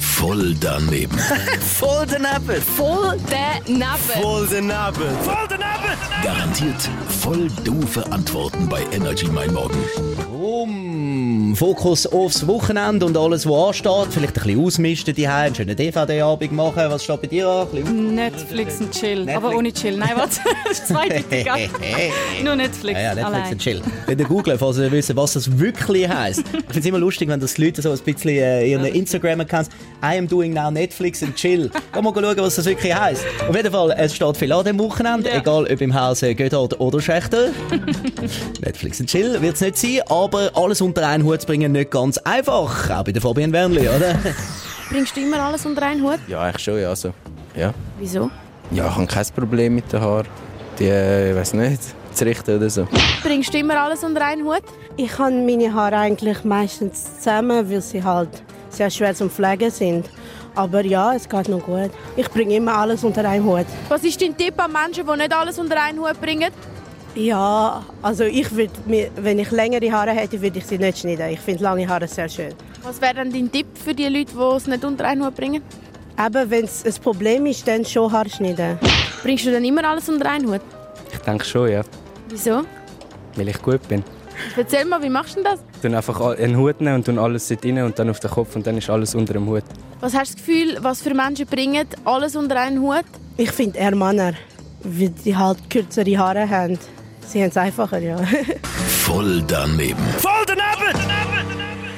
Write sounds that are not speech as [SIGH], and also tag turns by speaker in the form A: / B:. A: Voll daneben.
B: Voll Apple.
C: Voll daneben.
B: Golden Apple.
A: Garantiert voll doofe Antworten bei Energy Mein Morgen.
B: Um, Fokus aufs Wochenende und alles, was ansteht. Vielleicht ein bisschen ausmisten die einen schönen DVD-Abend machen. Was steht bei dir an? Ein bisschen
D: Netflix und Chill. Aber ohne Chill. Nein, [LAUGHS] was? Das
B: [LAUGHS]
D: ist zweideutiger. Nur Netflix.
B: Ja, ja, Netflix
D: allein.
B: und Chill. Wenn ihr googelt, falls ihr wissen, was das wirklich heisst. Ich finde es immer lustig, wenn das die Leute so ein bisschen äh, ihren Instagram-Accounts I am doing now Netflix and Chill. Geh mal schauen, was das wirklich heisst. Auf jeden Fall, es steht viel an dem Wochenende,
D: Ja.
B: egal ob im Haus äh, Götthold oder Schächter. [LAUGHS] Netflix and Chill wird es nicht sein, aber alles unter einen Hut zu bringen, nicht ganz einfach. Auch bei der Fabian Wernli, oder?
C: Bringst du immer alles unter einen Hut?
E: Ja, eigentlich schon, ja. Also, ja.
C: Wieso?
E: ja, ich habe kein Problem mit den Haaren. Die, äh, ich weiß nicht, zu richten oder so.
C: Bringst du immer alles unter einen Hut?
F: Ich habe meine Haare eigentlich meistens zusammen, weil sie halt sehr schwer zum Pflegen sind. Aber ja, es geht noch gut. Ich bringe immer alles unter einen Hut.
C: Was ist dein Tipp an Menschen, die nicht alles unter einen Hut bringen?
F: Ja, also ich würde mir, wenn ich längere Haare hätte, würde ich sie nicht schneiden. Ich finde lange Haare sehr schön.
C: Was wäre denn dein Tipp für die Leute, die es nicht unter einen Hut bringen?
F: Aber wenn es ein Problem ist, dann schon Haare schneiden.
C: Bringst du dann immer alles unter einen Hut?
E: Ich denke schon, ja.
C: Wieso?
E: Weil ich gut bin.
C: Erzähl mal, wie machst du denn das?
E: Ich tue einfach all- einen Hut nehmen und tue alles dort rein und dann auf den Kopf und dann ist alles unter dem Hut.
C: Was hast du das Gefühl, was für Menschen bringen alles unter einen Hut?
F: Ich finde eher Männer, weil die halt kürzere Haare haben. Sie haben es einfacher, ja.
A: Voll daneben. Voll